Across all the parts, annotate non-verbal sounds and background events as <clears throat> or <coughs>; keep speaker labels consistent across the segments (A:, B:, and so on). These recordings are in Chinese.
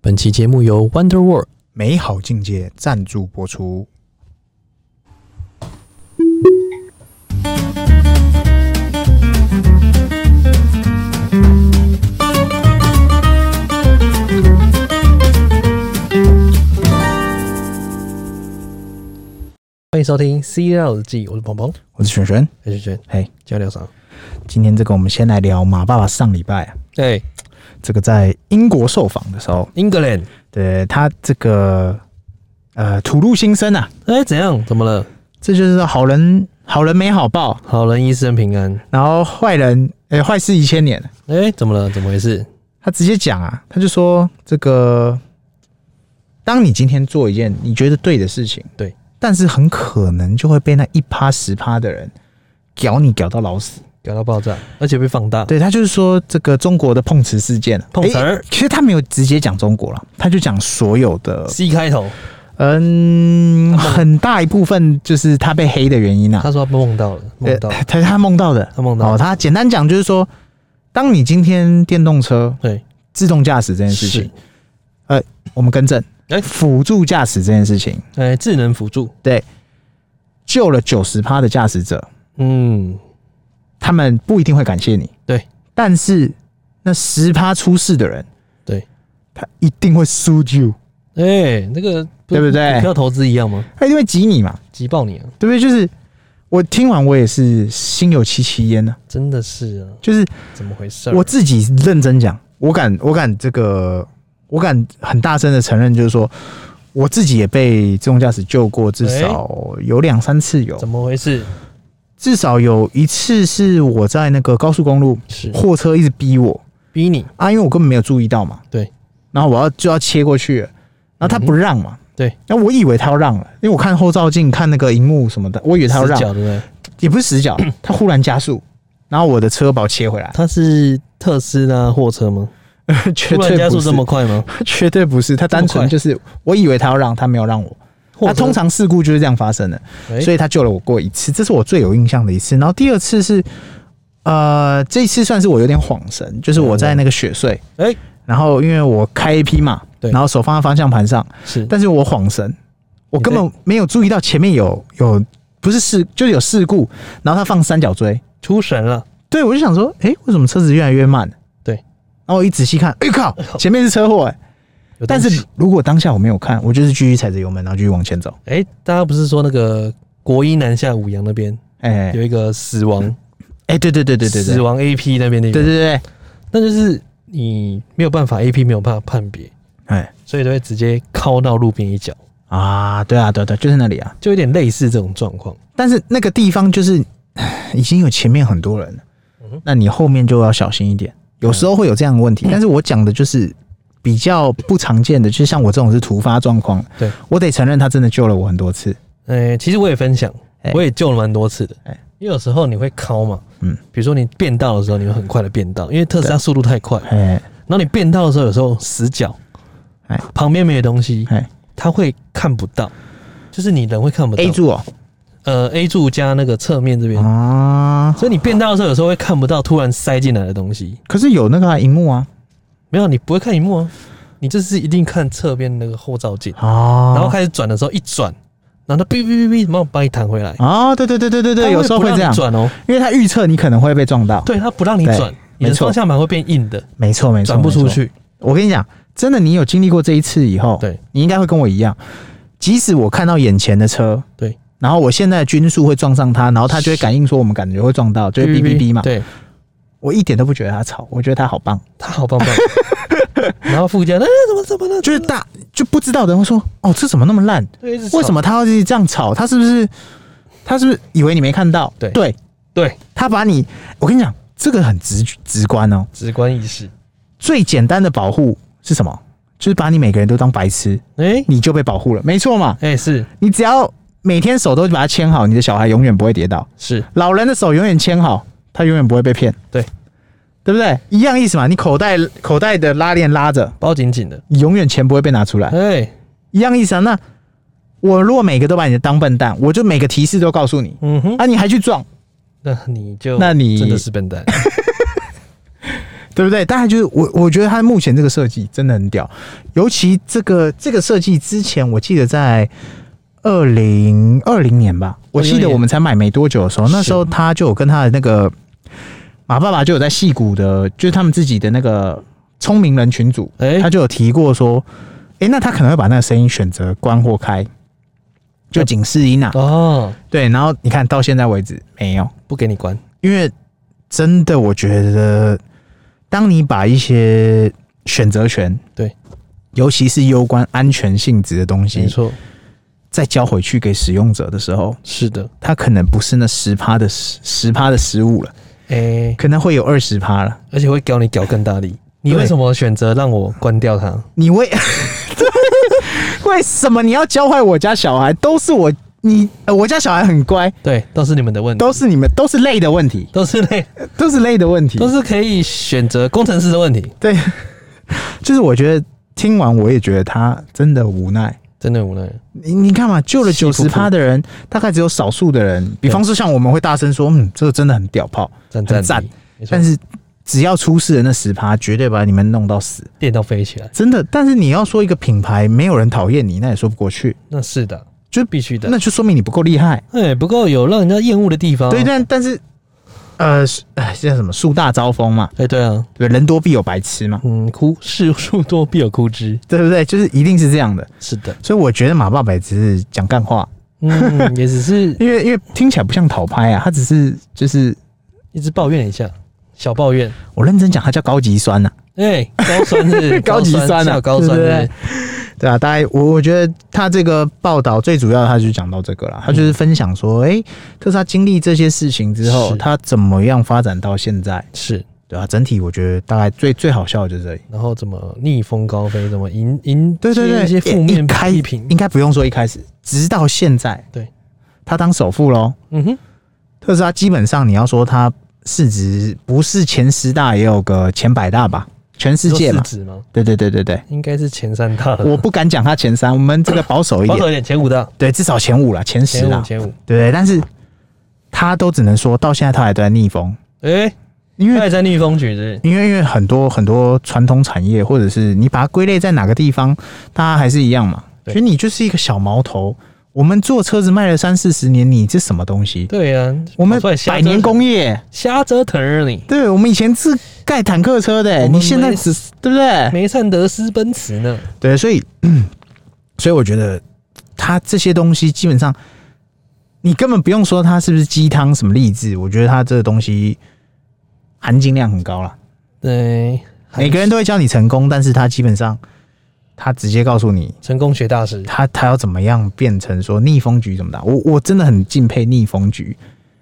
A: 本期节目由 Wonder World
B: 美好境界赞助播出。
A: 欢迎收听《C 料日记》，我是鹏鹏，
B: 我是璇璇，
A: 我是轩，
B: 嘿，
A: 交流啥？
B: 今天这个我们先来聊马爸爸上礼拜、啊、
A: 哎
B: 这个在英国受访的时候，
A: ，England，
B: 对他这个呃吐露心声啊，
A: 哎，怎样？怎么了？
B: 这就是好人好人没好报，
A: 好人一生平安。
B: 然后坏人哎坏事一千年，
A: 哎，怎么了？怎么回事？
B: 他直接讲啊，他就说这个，当你今天做一件你觉得对的事情，
A: 对，
B: 但是很可能就会被那一趴十趴的人屌你屌到老死。
A: 搞到爆炸，而且被放大。
B: 对他就是说这个中国的碰瓷事件啊
A: 碰瓷儿
B: 诶其实他没有直接讲中国了，他就讲所有的，
A: C 开头，
B: 嗯，很大一部分就是他被黑的原因啊。
A: 他说他梦到了，梦到了
B: 呃，他他梦到的，
A: 他梦到
B: 哦，
A: 了，
B: 他简单讲就是说，当你今天电动车
A: 对，
B: 自动驾驶这件事情呃
A: 是，，
B: 我们更正，
A: 哎
B: 辅助驾驶这件事情
A: 哎，智能辅助，
B: 救了九十趴的驾驶者，
A: 嗯，
B: 他们不一定会感谢你，
A: 对，
B: 但是那十趴出事的人，
A: 对，
B: 他一定会 sue you，
A: 哎，那个
B: 对不对
A: 股票投资一样吗？
B: 他一定会挤你嘛，
A: 挤爆你啊！
B: 对不对？就是我听完我也是心有戚戚焉呢、
A: 真的是啊，
B: 就是
A: 怎么回事儿？
B: 我自己认真讲，我敢，我敢这个，我敢很大声的承认，就是说。我自己也被自动驾驶救过，至少有两三次有，
A: 怎么回事？
B: 至少有一次是我在那个高速公路，
A: 是
B: 货车一直逼我
A: 逼你，
B: 啊，因为我根本没有注意到嘛。
A: 对。
B: 然后我要就要切过去了，然后他不让
A: 嗯
B: 嘛。
A: 对。
B: 那我以为他要让了，因为我看后照镜、看那个荧幕什么的，我以为他要
A: 死
B: 让，
A: 角对不对？
B: 也不是死
A: <clears throat>
B: 角，他忽然加速，然后我的车把我切回来，
A: 它是特斯拉货车吗？
B: 绝
A: 突然
B: 对
A: 加
B: 不
A: 速
B: 是
A: 这，么快吗？
B: 绝对不是，他
A: 这
B: 单
A: 么快
B: 纯就是我以为他要让，他没有让我。
A: 货
B: 那
A: 车
B: 通常事故就是这样发生的，
A: 哎
B: 所以他救了我过一次，这是我最有印象的一次。然后第二次是，呃，这一次算是我有点晃神，就是我在那个雪隧，
A: 哎
B: 然后因为我开一匹马，
A: 对
B: 然后手放在方向盘上，
A: 是
B: 但是我晃神，我根本没有注意到前面有有不是事就是有事故，然后他放三角锥，
A: 出神了，
B: 对我就想说，哎、为什么车子越来越慢？
A: 对
B: 然后我一仔细看，哎、靠，前面是车祸、哎，
A: 有
B: 但
A: 东西
B: 是如果当下我没有看，我就是继续踩着油门，然后继续往前走。
A: 哎，大家不是说那个国一南下五羊那边
B: 哎、哎
A: 有一个死亡
B: 哎、对对 <laughs> 对对对对
A: 死，亡 A P 那边的，
B: 对对对，对
A: 那就是你没有办法 A P 没有办法判别，
B: 哎
A: 所以都会直接靠到路边一角，
B: 啊，对啊，对啊对啊，就是那里啊。
A: 就有点类似这种状况。
B: 但是那个地方就是唉已经有前面很多人了
A: 嗯哼，嗯
B: 那你后面就要小心一点。有时候会有这样的问题，但是我讲的就是比较不常见的，就是像我这种是突发状况。
A: 对，
B: 我得承认他真的救了我很多次。
A: 哎，其实我也分享
B: 哎，
A: 我也救了蛮多次的
B: 哎，
A: 因为有时候你会靠嘛，
B: 嗯，
A: 比如说你变道的时候，你会很快的变道，因为特斯拉速度太快，
B: 哎
A: 然后你变道的时候有时候死角
B: 哎，
A: 旁边没有东西，
B: 哎
A: 他会看不到，就是你人会看不到
B: ，A 柱哦，
A: 呃 A 柱加那个侧面这边，
B: 啊，
A: 所以你变道的时候有时候会看不到突然塞进来的东西。
B: 可是有那个啊荧、幕啊，
A: 没有，你不会看荧幕啊，你就是一定看侧边那个后照镜，
B: 啊
A: 哦然后开始转的时候一转，然后它哔哔哔哔，然后把你弹回来。
B: 啊，对对对对对对，有时候
A: 它
B: 会
A: 不
B: 这
A: 让
B: 样
A: 你，转哦，
B: 因为他预测你可能会被撞到。
A: 对，它不让你
B: 对
A: 转，你的
B: 没错
A: 方向盘会变硬的，
B: 没错没错，
A: 转不出
B: 没错
A: 去。
B: 我跟你讲，真的，你有经历过这一次以后，
A: 对，
B: 你应该会跟我一样，即使我看到眼前的车，
A: 对，
B: 然后我现在的均速会撞上它，然后它就会感应说我们感觉会撞到，就会哔哔哔嘛。
A: 嗯对，
B: 我一点都不觉得它吵，我觉得它好棒，
A: 它好
B: <laughs>
A: 棒棒。然后副驾，哎，怎么怎么了？
B: 就是大就不知道的人会说，哦，这怎么那么烂？
A: 对一直吵
B: 为什么它要这样吵？它是不是它是不是以为你没看到？
A: 对
B: 对，
A: 对
B: 它把你，我跟你讲，这个很直直观哦。
A: 直观意识？
B: 最简单的保护是什么？就是把你每个人都当白痴，
A: 哎
B: 你就被保护了，没错嘛。
A: 哎，是
B: 你只要每天手都把它牵好，你的小孩永远不会跌倒。
A: 是，
B: 老人的手永远牵好，他永远不会被骗。
A: 对，
B: 对不对？一样意思嘛。你口袋口袋的拉链拉着，
A: 包紧紧的。
B: 你永远钱不会被拿出来，
A: 哎，
B: 一样意思啊。那我如果每个都把你当笨蛋，我就每个提示都告诉你，
A: 嗯哼，
B: 啊，你还去撞，
A: 那你就
B: 那你
A: 真的是笨蛋。
B: 对不对？大概就是我，我觉得它目前这个设计真的很屌，尤其这个这个设计之前，我记得在二零二零年
A: 哦
B: 吧，我记得我们才买没多久的时候，
A: 是
B: 那时候他就有跟他的那个马爸爸就有在戏谷的，就是他们自己的那个聪明人群组，
A: <laughs> 哎
B: 他就有提过说，哎、那他可能会把那个声音选择关或开，就警示音啊，
A: 哦，
B: 对，然后你看到现在为止没有。
A: 不给你关，
B: 因为真的，我觉得，当你把一些选择权，
A: 对，
B: 尤其是攸关安全性质的东
A: 没
B: 西，
A: 错，
B: 再交回去给使用者的时候，
A: 是的，
B: 它可能不是那十趴的十十趴的失误了，
A: 哎、
B: 可能会有二十趴了。
A: 而且会搞你搞更大力。你
B: 对
A: 为什么选择让我关掉它？
B: 你为 <laughs> 为什么你要教坏我家小孩？都是我，你、呃我家小孩很乖，
A: 对，都是你们的问题，
B: 都是你们，都是累的问题，
A: 都是那
B: 都是累的问题，
A: 都是可以选择工程师的问题，
B: 对，就是我觉得听完我也觉得他真的无奈。
A: 真的无奈。
B: 你你看嘛，救了
A: 稀
B: 九
A: 里
B: 十
A: 糊涂
B: 趴的人，大概只有少数的人，比方说像我们会大声说，嗯，这个真的很屌炮，
A: 赞
B: 很
A: 赞
B: 赞
A: 地，没错
B: 但，是只要出事的那十趴，绝对把你们弄到死，
A: 电到飞起来，
B: 真的。但是你要说一个品牌没有人讨厌你，那也说不过去，
A: 那是的，
B: 就
A: 必须的。
B: 那就说明你不够厉害。
A: 哎、不过有让人家厌恶的地方。
B: 对，但但是，呃，是哎，现在什么树大招风嘛，
A: 哎、对啊，
B: 对，人多必有白痴嘛，
A: 嗯，哭是树多必有枯枝，
B: 对不对？就是一定是这样的。
A: 是的，
B: 所以我觉得马爸爸也只是讲干话，
A: 嗯，也只是 <laughs>
B: 因为因为听起来不像讨拍啊，他只是就是
A: 一直抱怨一下，小抱怨。
B: 我认真讲，他叫高级酸呐、啊
A: 哎、高酸是
B: <laughs> 高级酸啊
A: 小高酸
B: 对
A: 是
B: 对对啊，大概我我觉得他这个报道最主要，他就讲到这个啦，他
A: 嗯
B: 就是分享说，诶，特斯拉经历这些事情之后，
A: 是
B: 他怎么样发展到现在，
A: 是，
B: 对啊，整体我觉得大概最最好笑的就是这里。
A: 然后怎么逆风高飞，怎么迎迎
B: 对对对，
A: 接一些负
B: 一
A: 面
B: 一开
A: 批评，
B: 应该不用说一开始，直到现在，
A: 对，
B: 他当首富喽。
A: 嗯哼，
B: 特斯拉基本上你要说它市值不是前十大，也有个前百大吧，全世界
A: 你
B: 嘛
A: 说。市值吗？
B: 对对对对对，
A: 应该是前三大了，
B: 我不敢讲它前三，我们这个保守一
A: 保守
B: 点，
A: 一点，前五大，
B: 对，至少前五啦，前十
A: 前
B: 啦
A: 五，，前五。
B: 对对，但是他都只能说到现在他还在逆风，
A: 哎、
B: 因
A: 他
B: 为
A: 也在逆风曲是
B: 因为因为很多很多传统产业，或者是你把它归类在哪个地方，大家还是一样嘛。
A: 对
B: 所以你就是一个小毛头，我们做车子卖了三四十年，你这什么东西？
A: 对啊，
B: 我们
A: 跑出来瞎
B: 百年
A: 折腾
B: 工业，
A: 瞎折腾而已，
B: 对我们以前是盖坦克车的、
A: 我们
B: 你现在
A: 没
B: 只对不对？
A: 梅善德斯奔驰呢？
B: 对，所以 <clears throat> 所以我觉得他这些东西基本上，你根本不用说它是不是鸡汤什么励志，我觉得它这个东西含金量很高啦。
A: 对，
B: 每个人都会教你成功，但是他基本上他直接告诉你
A: 成功学大师，
B: 他他要怎么样变成说逆风局怎么打。我我真的很敬佩逆风局，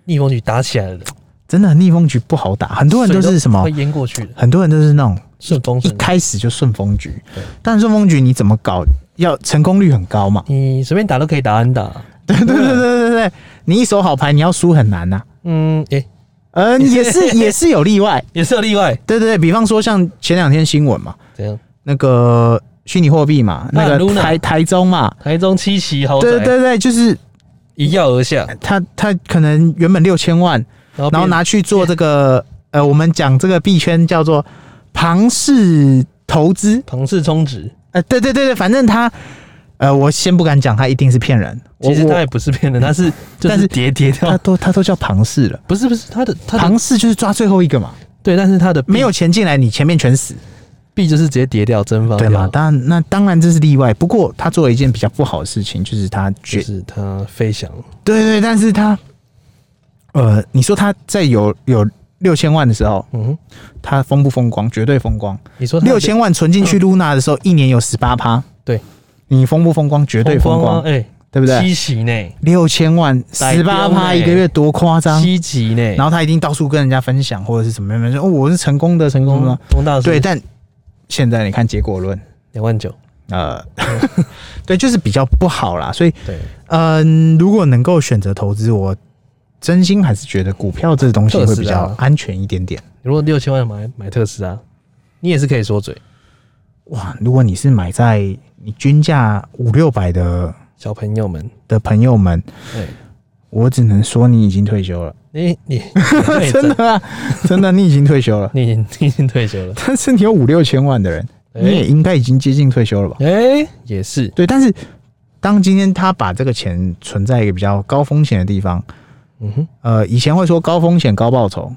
A: 逆风局打起来了，
B: 真的逆风局不好打，很多人都是什么
A: 会，淹过去的，
B: 很多人都是那种
A: 顺风
B: 一
A: 顺水。
B: 开始就顺风局
A: 对，？
B: 但顺风局你怎么搞，要成功率很高嘛
A: 你随便打都可以打安打，
B: <laughs> 对对对对对对，你一手好牌你要输很难呐、
A: 嗯，诶、
B: 嗯、
A: <laughs>
B: 也是也是有例外，
A: 也是有例外，
B: 对对对，比方说像前两天新闻嘛，
A: 怎样？
B: 那个虚拟货币嘛，那个
A: 啊 Luna 哦
B: 台台中嘛，
A: 台中七期豪宅，
B: 对对对，就是
A: 一跃而下，
B: 他他可能原本六千万，
A: 然后
B: 然后
A: 哦变
B: 拿去做这个呃，我们讲这个币圈叫做庞氏投资，
A: 庞氏充值，
B: 呃，对对对对，反正他呃，我先不敢讲他一定是骗人，我
A: 其实他
B: 我
A: 也不是骗人，
B: <laughs>
A: 他是就
B: 但是
A: 是叠叠 <laughs>
B: 他
A: 掉，
B: 都他都叫庞氏了，
A: 不是不是他的他嗯的
B: 庞氏就是抓最后一个嘛，
A: 对，但是他的
B: 没有钱进来你前面全死，
A: 币就是直接叠掉蒸发
B: 对
A: 掉，
B: 嘛？当然那当然这是例外，不过他做了一件比较不好的事情，就是他
A: 就
B: 决
A: 是他飞翔，
B: 对对，但是他呃，你说他在有有六千万的时候，
A: 嗯，
B: 他风不风光？绝对风光。
A: 你说他的
B: 六千万存进去露娜的时候，一年有十八趴，
A: 嗯对
B: 你风不风光？绝对风
A: 光啊
B: 光，
A: 哎，
B: 对不对？
A: 七期呢，
B: 六千万十八趴
A: 欸
B: 一个月多夸张！
A: 七期呢，
B: 然后他一定到处跟人家分享，或者是怎么样，说哦，我是成功的，成功的
A: 东。东大
B: 嗯对，但现在你看结果论，
A: 两万九，
B: 呃， <laughs> 对，就是比较不好啦。所以，
A: 对，
B: 嗯、如果能够选择投资，我真心还是觉得股票这东西会比
A: 特斯拉
B: 较安全一点点。
A: 如果六千万买买特斯拉，你也是可以说嘴，
B: 哇，如果你是买在你均价五六百的
A: 小朋友们，
B: 的朋友们，
A: 对，
B: 我只能说你已经退休了。
A: 你
B: <laughs>
A: 你
B: 真，的啊，真的，你已经退休了， <laughs>
A: 你你已经退休了。
B: 但是你有五六千万的人，
A: 哎
B: 你也应该已经接近退休了吧？
A: 哎、也是，
B: 对，但是当今天他把这个钱存在一个比较高风险的地方，
A: 嗯哼，
B: 呃，以前会说高风险高报酬，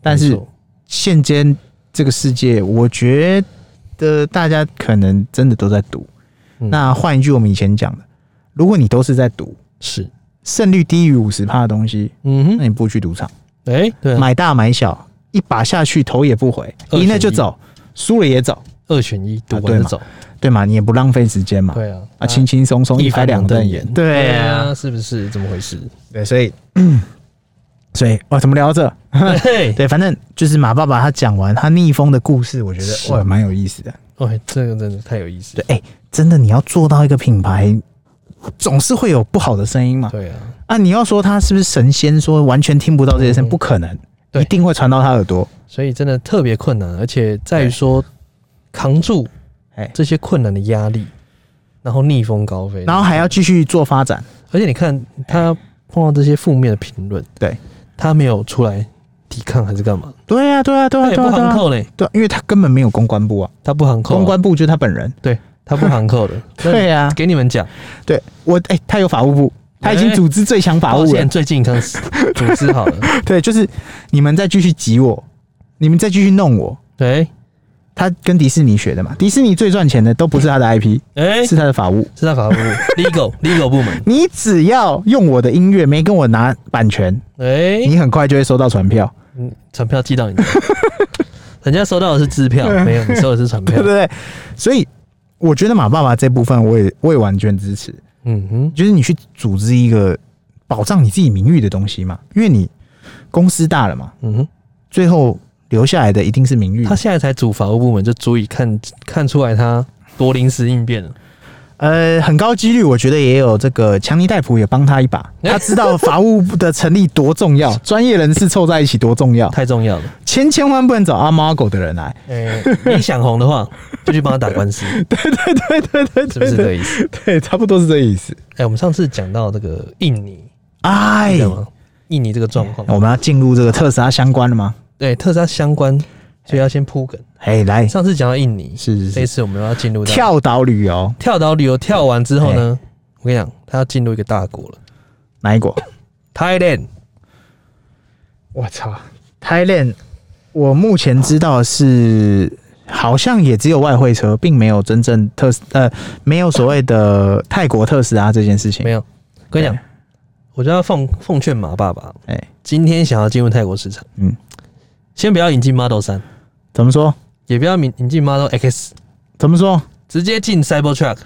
B: 但
A: 没
B: 是
A: 错
B: 现今这个世界，我觉得大家可能真的都在赌。
A: 嗯
B: 那换一句我们以前讲的，如果你都是在赌，
A: 是，
B: 胜率低于五十趴的东西，
A: 嗯
B: 那
A: 哼，
B: 你不如去赌场，
A: 哎、对、啊，
B: 买大买小，一把下去头也不回，
A: 二选一
B: 赢了就走，输了也走，
A: 二选一，赌
B: 对
A: 完就
B: 嘛
A: 走，
B: 对嘛？你也不浪费时间嘛，
A: 啊对啊，
B: 啊，轻轻松松一拍
A: 翻
B: 两瞪眼，对啊，
A: 啊，是不是？怎么回
B: <laughs>
A: 事？
B: 对，所以， <clears throat> 所以哇，怎么聊到这？
A: 对，
B: 对，反正就是马爸爸他讲完他逆风的故事，我觉得
A: 是
B: 哇蛮有意思的。
A: 哦，这个真的太有意思
B: 对，。哎、真的你要做到一个品牌，总是会有不好的声音嘛。
A: 对啊，
B: 啊，你要说他是不是神仙，说完全听不到这些声，
A: 嗯
B: 不可能，
A: 对
B: 一定会传到他耳朵。
A: 所以真的特别困难，而且在
B: 对
A: 于说扛住
B: 哎，
A: 这些困难的压力，然后逆风高飞，
B: 然后还要继续做发展。
A: 而且你看他碰到这些负面的评论，
B: 对
A: 他没有出来抵抗还是干嘛？
B: 对啊，对啊，对
A: 他
B: 啊，
A: 也
B: 对
A: 不
B: 啊，对
A: 含
B: 啊，
A: 扣嘞，
B: 对啊，因为他根本没有公关部啊，
A: 他不含扣啊，
B: 公关部就是他本人。。
A: 对他不含扣的
B: <laughs> 对啊
A: 那给你们讲，
B: 那对我，哎、他有法务部，他已经
A: 哎
B: 组织最强法
A: 保
B: 务了
A: 险。最健康组织好 <laughs> 了，
B: <laughs> 对，就是你们再继续挤我，你们再继续弄我。
A: 对，
B: 他跟迪士尼学的嘛，迪士尼最赚钱的都不是他的 IP，
A: 哎，
B: 是他的法务。
A: 是他法务部 legal legal 部门，
B: 你只要用我的音乐，没跟我拿版权，
A: <laughs> 哎，
B: 你很快就会收到传票，
A: 嗯，传票寄到你家， <laughs> 人家收到的是支票，没有你收的是传
B: <laughs> 对
A: 票
B: 不。对？所以我觉得马爸爸这部分，我也我也完全支持，
A: 嗯哼，
B: 就是你去组织一个保障你自己名誉的东西嘛，因为你公司大了嘛，
A: 嗯哼，
B: 最后留下来的一定是名誉
A: 他。现在才组法务部门，就足以看看出来他多临时应变了。
B: 呃，很高几率，我觉得也有这个强尼戴普也帮他一 <laughs> 把，他知道法务部的成立多重 <laughs> 要，专业人士凑在一起多重要，
A: 太重要了。
B: 千千万不能找阿猫阿狗的人来。
A: 哎、你想红的话，就去帮他打官司，
B: <laughs> 对对对对
A: 是不
B: 对
A: 是这
B: 对
A: 个意思？
B: 对，差不多是这个意思。
A: 哎、我们上次讲到这个印尼，
B: 哎
A: 记，得吗？印尼这个状况，
B: 哦我们要进入这个特斯拉相关的吗？
A: 对特斯拉相关，所以要先铺梗。
B: 哎，来，
A: 上次讲到印尼，
B: 是是
A: 这一
B: 是，
A: 次我们要进入到哎
B: 跳岛旅游
A: 跳岛旅游，跳完之后呢，我跟你讲，他要进入一个大国了
B: 哪一国？
A: ，Thailand。
B: 我操，Thailand，我目前知道的是好像也只有外汇车，并没有真正特斯呃，没有所谓的泰国特斯拉这件事情
A: 没。有，跟你讲
B: 对，
A: 我就要奉奉劝马爸爸，
B: 哎，
A: 今天想要进入泰国市场，
B: 嗯，
A: 先不要引进 Model 三，
B: 怎么说？
A: 也不要引引进 Model X，
B: 怎么说？
A: 直接进 Cybertruck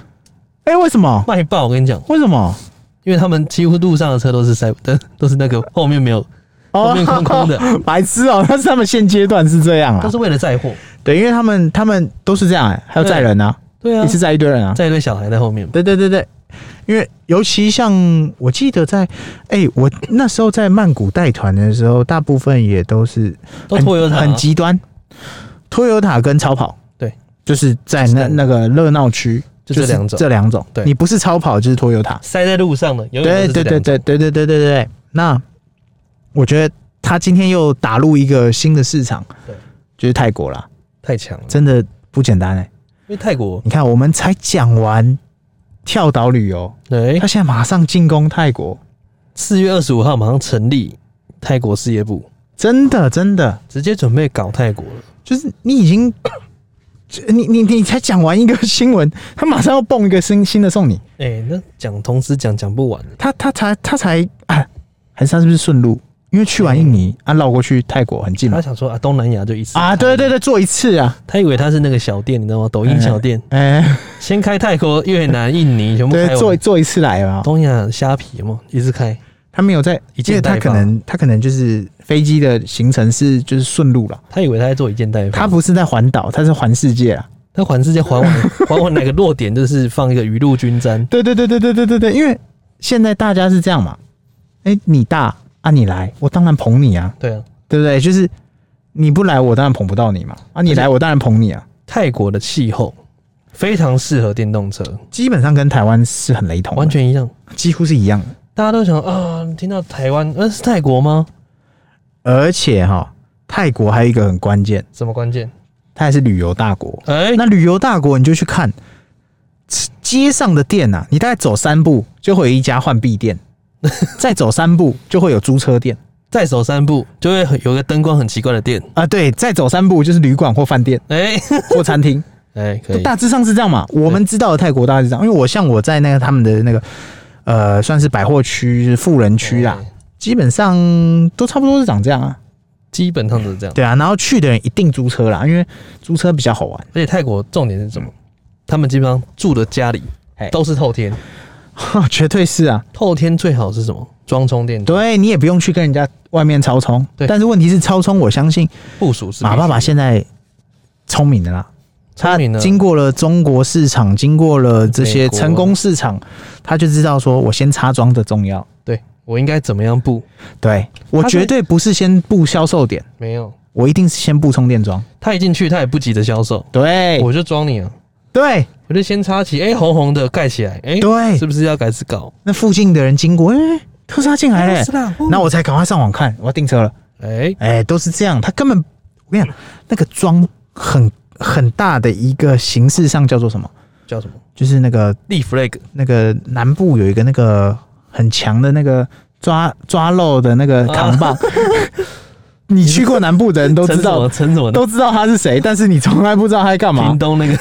B: 哎，为什么？
A: 卖爆！我跟你讲，
B: 为什么？
A: 因为他们几乎路上的车都是 Cyber，都都是那个后面没有，后面空空 <laughs> 的，
B: 哦 <laughs> 白痴哦！但是他们现阶段是这样
A: 都
B: 啊，
A: 是为了载货。
B: 对，因为他们他们都是这样、哎，还有载人啊，
A: 对啊
B: 一，次载一堆人啊，
A: 载一堆小孩在后面。
B: 对对对对，因为尤其像我记得在，哎、我那时候在曼谷带团的时候，大部分也都是
A: 都
B: 很
A: Toyota 啊
B: 很极端，拖油塔跟超跑，
A: 对，
B: 就是在
A: 是
B: 那
A: 的
B: 那个热闹区，
A: 就这
B: 是
A: 两种
B: 这两种，
A: 对
B: 你不是超跑就是拖油塔，
A: 塞在路上的，永
B: 对
A: 远都是
B: 对
A: 这
B: 对
A: 样子
B: 对对对对对对对，那我觉得他今天又打入一个新的市场，
A: 对，
B: 就是泰国啦，
A: 太强了。
B: 真的不简单哎、
A: 因为泰国，
B: 你看我们才讲完跳岛旅游。
A: 哎
B: 他，现在马上进攻泰国，
A: 四月二十五号马上成立泰国事业部，
B: 真的真的，
A: 直接准备搞泰国了。
B: 就是你已经，你你你才讲完一个新闻，他马上要蹦一个新新的送你，
A: 哎，那讲同时讲讲不完。
B: 他他才他才啊，还是他是不是顺路？因为去完印尼啊，绕过去泰国很近嘛
A: 他想说啊，东南亚就一次
B: 啊，
A: 开
B: 对对对，做一次啊，
A: 他以为他是那个小店，你知道吗？抖音小店，
B: 哎、
A: 先开泰国、越南、印尼，全部
B: 对
A: 开，
B: 做
A: 完。
B: 做一次来啊，
A: 东亚虾皮嘛，一直开，
B: 他没有在，
A: 一
B: 因为
A: 件
B: 他
A: 代
B: 可
A: 发。
B: 能他可能就是飞机的行程是就是顺路了，
A: 他以为他在做一件代发。
B: 他不是在环岛，他是环世界啊。
A: 他环世界环完 <laughs> 环完哪个落点，就是放一个雨露均沾。
B: 对对对对对对对对，因为现在大家是这样嘛，哎、你大啊，你来，我当然捧你啊，
A: 对啊，
B: 对不对？就是你不来，我当然捧不到你嘛，啊，你来，我当然捧你啊，
A: 泰国的气候非常适合电动车，
B: 基本上跟台湾是很雷同的，
A: 完全一样。
B: 几乎是一样的。
A: 大家都想啊，听到台湾，呃，是泰国吗？
B: 而且哈、泰国还有一个很关键，
A: 什么关键？
B: 它也是旅游大国。
A: 哎、
B: 那旅游大国你就去看吃街上的店啊，你大概走三步就会有一家换币店，再走三步就会有租车店
A: 再走三步就会很有一个灯光很奇怪的店。
B: 啊、对，再走三步就是旅馆或饭店 <laughs>
A: 哎、
B: 或餐厅，
A: 哎、可以。
B: 大致上是这样嘛。我们知道的泰国大概是这样，因为我像我在那个他们的那个呃，算是百货区、就是富人区啦，
A: 哎
B: 基本上都差不多是长这样啊。
A: 基本上都是这样。
B: 对啊，然后去的人一定租车啦，因为租车比较好玩。
A: 而
B: <laughs>
A: 且泰国重点是什么？
B: 嗯
A: 他们基本上住的家里
B: 哎
A: 都是透天，
B: 绝对是啊，
A: 透天最好是什么？装充电桩，
B: 对你也不用去跟人家外面超充。
A: 对
B: 但是问题是超充，我相信
A: 部署是
B: 马爸爸
A: 必须
B: 现在聪明的啦，
A: 聪明
B: 他
A: 了
B: 经过了中国市场，经过了这些
A: 美国
B: 成功市场，他就知道说我先插桩的重要。
A: 对我应该怎么样布？
B: 对我
A: 他是
B: 绝对不是先布销售点，
A: 没有，
B: 我一定是先布充电桩。
A: 他一进去他也不急着销售，
B: 对
A: 我就装你啊，
B: 对
A: 我就先插起，哎、红红的盖起来，哎、
B: 对
A: 是，不是要开始搞？
B: 那附近的人经过，哎、特斯拉进来了、
A: 哎是啦，
B: 哎
A: 哦
B: 那我才赶快上网看，我要订车了。
A: 哎、
B: 哎、都是这样，他根本我跟你讲，那个桩很很大的一个形式上叫做什么？
A: 叫什么
B: 就是那个
A: 立 flag？
B: 那个南部有一个那个很强的那个抓抓漏的那
A: 啊
B: 个扛棒，你去过南部的人都啊 <laughs> 知道，
A: 陈什么的，
B: 都知道他是谁，但是你从来不知道他在干嘛
A: 屏。东那个，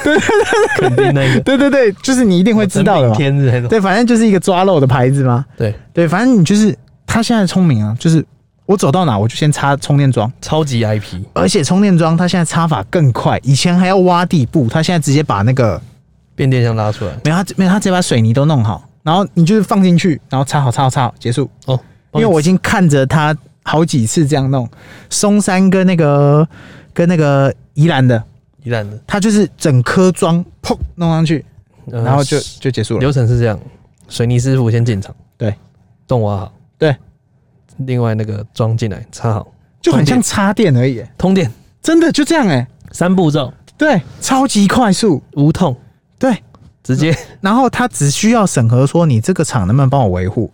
A: 肯定那个
B: 对对对，就是你一定会知道的嘛。
A: 天日那种，
B: 对，反正就是一个抓漏的牌子嘛。
A: 对，
B: 对，反正你就是他现在聪明啊，就是我走到哪我就先插充电桩，
A: 超级 IP，
B: 而且充电桩它现在插法更快，以前还要挖地布，它现在直接把那个
A: 变电箱拉出来，
B: 没有它没有它直接把水泥都弄好，然后你就是放进去，然后插好插好插好结束。
A: 哦，
B: 因为我已经看着他好几次这样弄，松山跟那个跟那个宜兰的，
A: 一烂的，
B: 他就是整颗桩砰弄上去，
A: 呃
B: 嗯然后就就结束了。
A: 流程是这样：水泥师傅先进场，
B: 对，
A: 洞挖好，
B: 对，
A: 另外那个装进来插好，
B: 就很像插电而已、
A: 通电
B: 真的就这样哎、
A: 三步骤，
B: 对，超级快速，
A: 无痛，
B: 对。
A: 直接
B: 然后他只需要审核说你这个厂能不能帮我维护，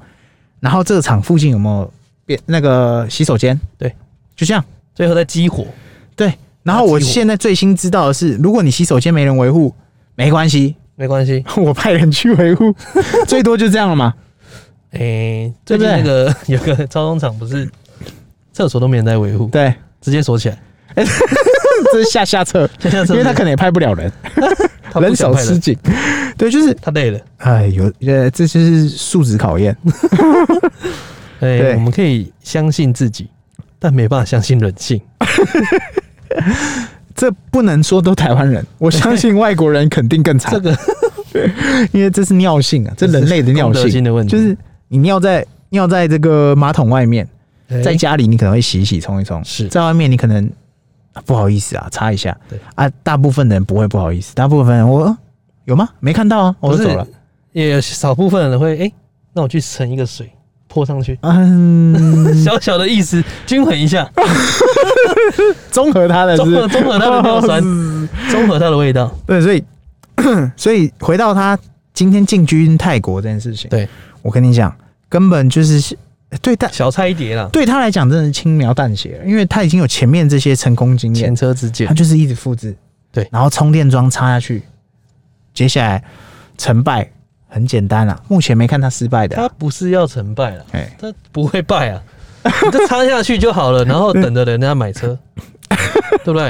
B: 然后这个厂附近有没有变那个洗手间，
A: 对，
B: 就这样。
A: 最后再激活，
B: 对，然后我
A: 激活
B: 现在最新知道的是，如果你洗手间没人维护，没关系， <laughs>
A: 没关系。
B: 我派人去维 <laughs> 护，最多就这样了嘛。
A: 诶、
B: 对
A: 最
B: 不
A: 近
B: 对
A: 那个 <laughs> 有个超工厂不是厕所都没人在维护，
B: 对，
A: 直接锁起来，
B: <laughs> 这是下下策， <laughs>
A: 就像
B: 因为他可能也派不了人，
A: 他
B: 人手吃
A: 吃，
B: 紧。对，就是
A: 他累了。
B: 哎，有呃，这就是素质考验。
A: 哎、
B: 对
A: 我们可以相信自己，但没办法相信人性。
B: 这不能说都台湾人，我相信外国人肯定更惨
A: 这，个
B: 因为这是尿性啊，这人类的尿
A: 公德
B: 性
A: 心的问题
B: 就是你尿在尿在这个马桶外面，在
A: 哎
B: 家里你可能会洗一洗、冲一冲，
A: 是
B: 在外面你可能、啊不好意思啊，擦一下。
A: 对
B: 啊，大部分人不会不好意思，大部分人我、呃有吗？没看到啊，我
A: 不
B: 就是走了。
A: 也有少部分人会哎、那我去盛一个水泼上去，
B: 嗯， <laughs>
A: 小小的意思均衡一下，
B: 综合他的是
A: 综
B: 不
A: 合综合
B: 是，
A: 它的尿酸
B: <laughs>
A: 综合它的味道。
B: 对，所以 <clears throat> 所以回到他今天进军泰国这件事情，
A: 对
B: 我跟你讲，根本就是对他
A: 小菜一碟啦，
B: 对他来讲真的是轻描淡写了，因为他已经有前面这些成功经验
A: 前，车之
B: 他
A: 鉴。
B: 就是一直复制，
A: 对
B: 然后充电桩插下去，接下来成败很简单啊，目前没看他失败的啊、
A: 他不是要成败了，
B: 哎，
A: 他不会败啊，你就插下去就好
B: <laughs>
A: 了，然后等着人家买车，对不对？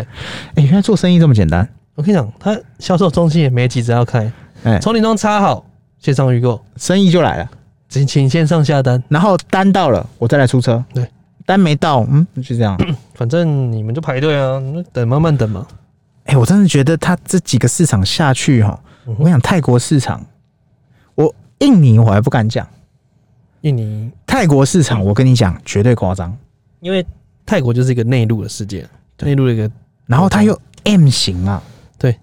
B: 哎，原来做生意这么简单，
A: 我跟你讲，他销售中心也没急着要开，
B: 哎，
A: 充电桩插好，线上预购，
B: 生意就来了。
A: 请请线上下单，
B: 然后单到了，我再来出车。
A: 对，
B: 单没到，嗯，就 <clears throat> 这样。
A: 反正你们就排队啊，那等慢慢等嘛。
B: 哎、我真的觉得他这几个市场下去哈，
A: 嗯
B: 我
A: 哼
B: 想泰国市场，我印尼我还不敢讲，
A: 印尼，
B: 泰国市场我跟你讲绝对夸张。
A: 因为泰国就是一个内陆的世界，内陆的一个
B: 然后它又 M 型啊，
A: 对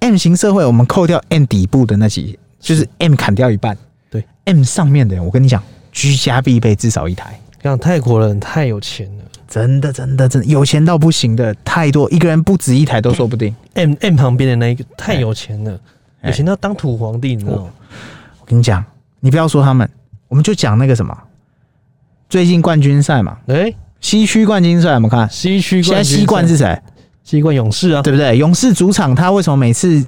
B: ，M 型社会，我们扣掉 M 底部的那几，就是 M 砍掉一半，
A: 对
B: M 上面的人，我跟你讲，居家必备至少一台，
A: 像泰国人太有钱了
B: 真的真的真的有钱到不行的太多，一个人不止一台都说不定。
A: ，M M M，M 旁边的那一个太有钱了，
B: 哎
A: 有钱到当土皇帝，你知道吗？
B: 我跟你讲，你不要说他们，我们就讲那个什么，最近冠军赛嘛，
A: 哎、
B: 西区冠军赛我们看，
A: 西区
B: 哦现
A: 冠
B: 在
A: 军
B: 西冠
A: 赛
B: 是谁？
A: 西冠勇士啊
B: 对不对？勇士主场，他为什么每次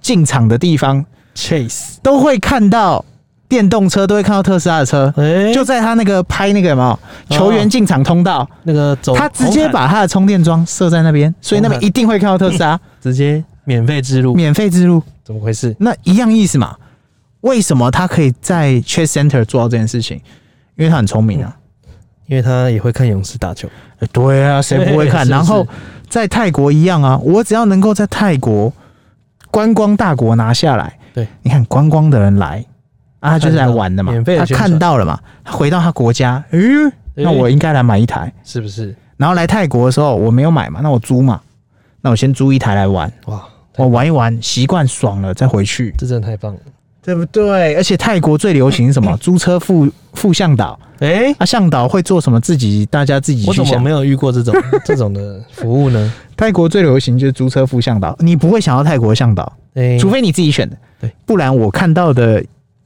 B: 进场的地方
A: ，Chase，
B: 都会看到电动车，都会看到特斯拉的车？
A: 哎，
B: 就在他那个拍那个有没
A: 哦
B: 有球员进场通道，
A: 那个走，
B: 他直
A: 红
B: 接
A: 毯
B: 把他的充电桩设在那边，所
A: 哦
B: 以那边一定会看到特斯拉
A: 直接免费之路，
B: 免费之路，
A: 怎么回事？
B: 那一样意思嘛？为什么他可以在 Chase Center 做到这件事情？因为他很聪明啊。
A: 因为他也会看勇士打球，哎
B: 呃对啊，谁不会
A: 是不
B: 看？
A: 是
B: <laughs> 然后在泰国一样啊，我只要能够在泰国观光大国拿下来，
A: 对，
B: 你看观光的人来啊，他就是来
A: 看到
B: 玩的嘛，
A: 免费的
B: 他
A: 宣传
B: 看到了嘛，他回到他国家，诶、那
A: 诶
B: 我应该来买一台。
A: 是不是？
B: 然后来泰国的时候我没有买嘛，那我租嘛，那我先租一台来玩，
A: 哇，
B: 我玩一玩，习惯爽了再回去，
A: 这真的太棒了！
B: 对不对？而且泰国最流行是什 <coughs> 么？租车付付向导，
A: 哎、
B: 啊，向导会做什么？自己大家自己
A: 我
B: 去
A: 怎么
B: 想
A: 没。有遇过这种这种的服务呢？
B: 泰国最流行就是租车付向导，你不会想要泰国向导，
A: 哎、
B: 除非你自己选的，
A: 对，
B: 不然我看到的。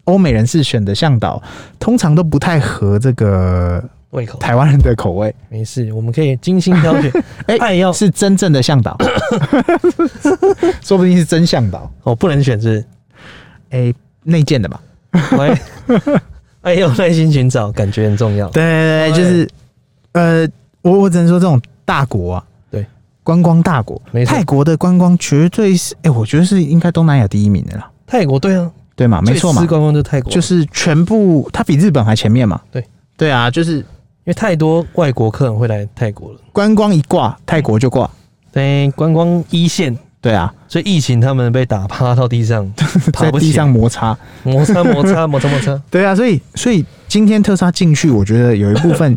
B: 欧美人士选的向导，通常都不太合这个
A: 胃口
B: 台湾人的口味，。
A: 没事，我们可以精心挑选
B: <laughs> 哎
A: 爱要
B: 是真正的向 <coughs> 导， <laughs> 说不定是真向导。
A: 哦，不能选是
B: 诶、哎内建的吧？
A: 不是，喂，
B: <laughs>
A: 爱要耐心寻找，感觉很重要。
B: 对对对，就是呃，我我只能说这种大国啊，
A: 对，
B: 观光大国
A: 没，错
B: 泰国的观光绝对是，哎、我觉得是应该东南亚第一名的啦，
A: 泰国对啊，
B: 对嘛？没错
A: 最
B: 嘛
A: 吃，观光就泰国，
B: 就
A: 就是
B: 是全部，它比日本还前面嘛。
A: 对
B: 对啊，就是
A: 因为太多外国客人会来泰国了。
B: 观光一挂，泰国就挂。
A: 对，观光一线，
B: 对啊，
A: 所以疫情他们被打趴到地
B: <laughs>
A: 上， <laughs> 爬
B: 在
A: 不
B: 地
A: 起
B: 上
A: 来，
B: 摩擦。
A: 摩擦摩擦摩擦摩
B: <laughs>
A: 擦。
B: 对啊，所以所以今天特斯拉进去，我觉得有一部
A: <laughs>
B: 分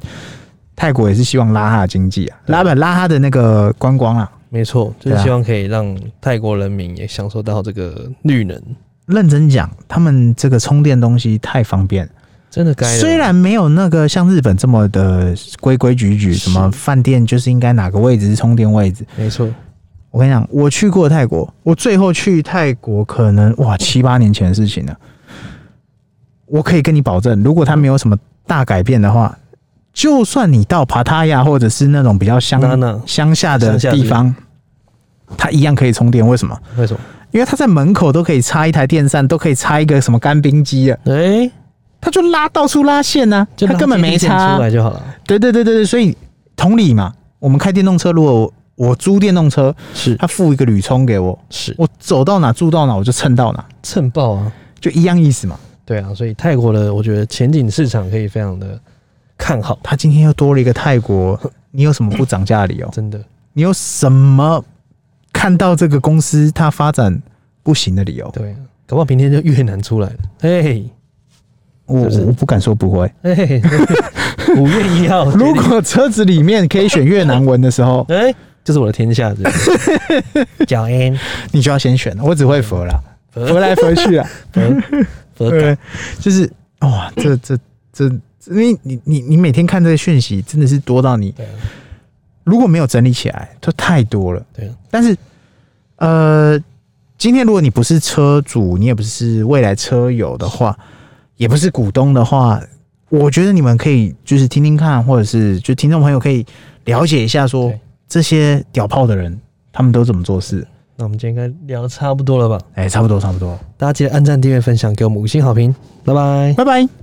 B: 泰国也是希望拉他的经济啊，
A: 对
B: 拉不拉他的那个观光啊。
A: 没错，就
B: 对
A: 是
B: 啊
A: 希望可以让泰国人民也享受到这个绿能，
B: 认真讲，他们这个充电东西太方便了。
A: 真的该了
B: 虽然没有那个像日本这么的规规矩矩，什么饭店就是应该哪个位置是充电位置。
A: 没错，
B: 我跟你讲，我去过泰国，我最后去泰国可能哇七八年前的事情了。我可以跟你保证，如果它没有什么大改变的话，就算你到帕塔亚或者是那种比较乡
A: 那那
B: 乡下的
A: 乡下的
B: 地方，它一样可以充电。为什么？
A: 为什么？
B: 因为它在门口都可以插一台电扇，都可以插一个什么干冰机了。
A: 哎、
B: 他就拉到处拉线呢、
A: 就
B: 他根本没
A: 拉低一点
B: 差
A: 出。来就好了。
B: 对对对对对，所以同理嘛，我们开电动车，如果我我租电动车，
A: 是
B: 他付一个铝充给我，
A: 是，
B: 我走到哪住到哪，我就蹭到哪，
A: 蹭爆啊！
B: 就一样意思嘛。
A: 对啊，所以泰国的我觉得前景市场可以非常的看好，
B: 他今天又多了一个泰国，你有什么不涨价的理由？
A: 真的
B: 你有什么看到这个公司它发展不行的理由？
A: 对啊，搞不好明天就越南出来了。嘿
B: 我
A: 是不是
B: 我不敢说不会。
A: 嘿嘿， <laughs> 五月一号，
B: <laughs> 如果车子里面可以选越南文的时候，
A: 哎、这是我的天下，这
B: <laughs>
A: 个脚印
B: 你就要先选了。我只会佛啦，
A: 佛
B: 佛来佛去啊。
A: 佛佛感
B: <laughs> 对，就是哇，这这这，因为你你你每天看这个讯息，真的是多到你
A: 对啊
B: 如果没有整理起来，就太多了。
A: 对啊，
B: 但是，呃，今天如果你不是车主，你也不是未来车友的话，也不是股东的话，我觉得你们可以就是听听看，或者是就听众朋友可以了解一下说，
A: 对
B: 这些屌炮的人他们都怎么做事。
A: 那我们今天应该聊的差不多了吧？
B: 哎、差不多，差不多，
A: 大家记得按赞、订阅、分享，给我们五星好评，拜拜。
B: 拜拜。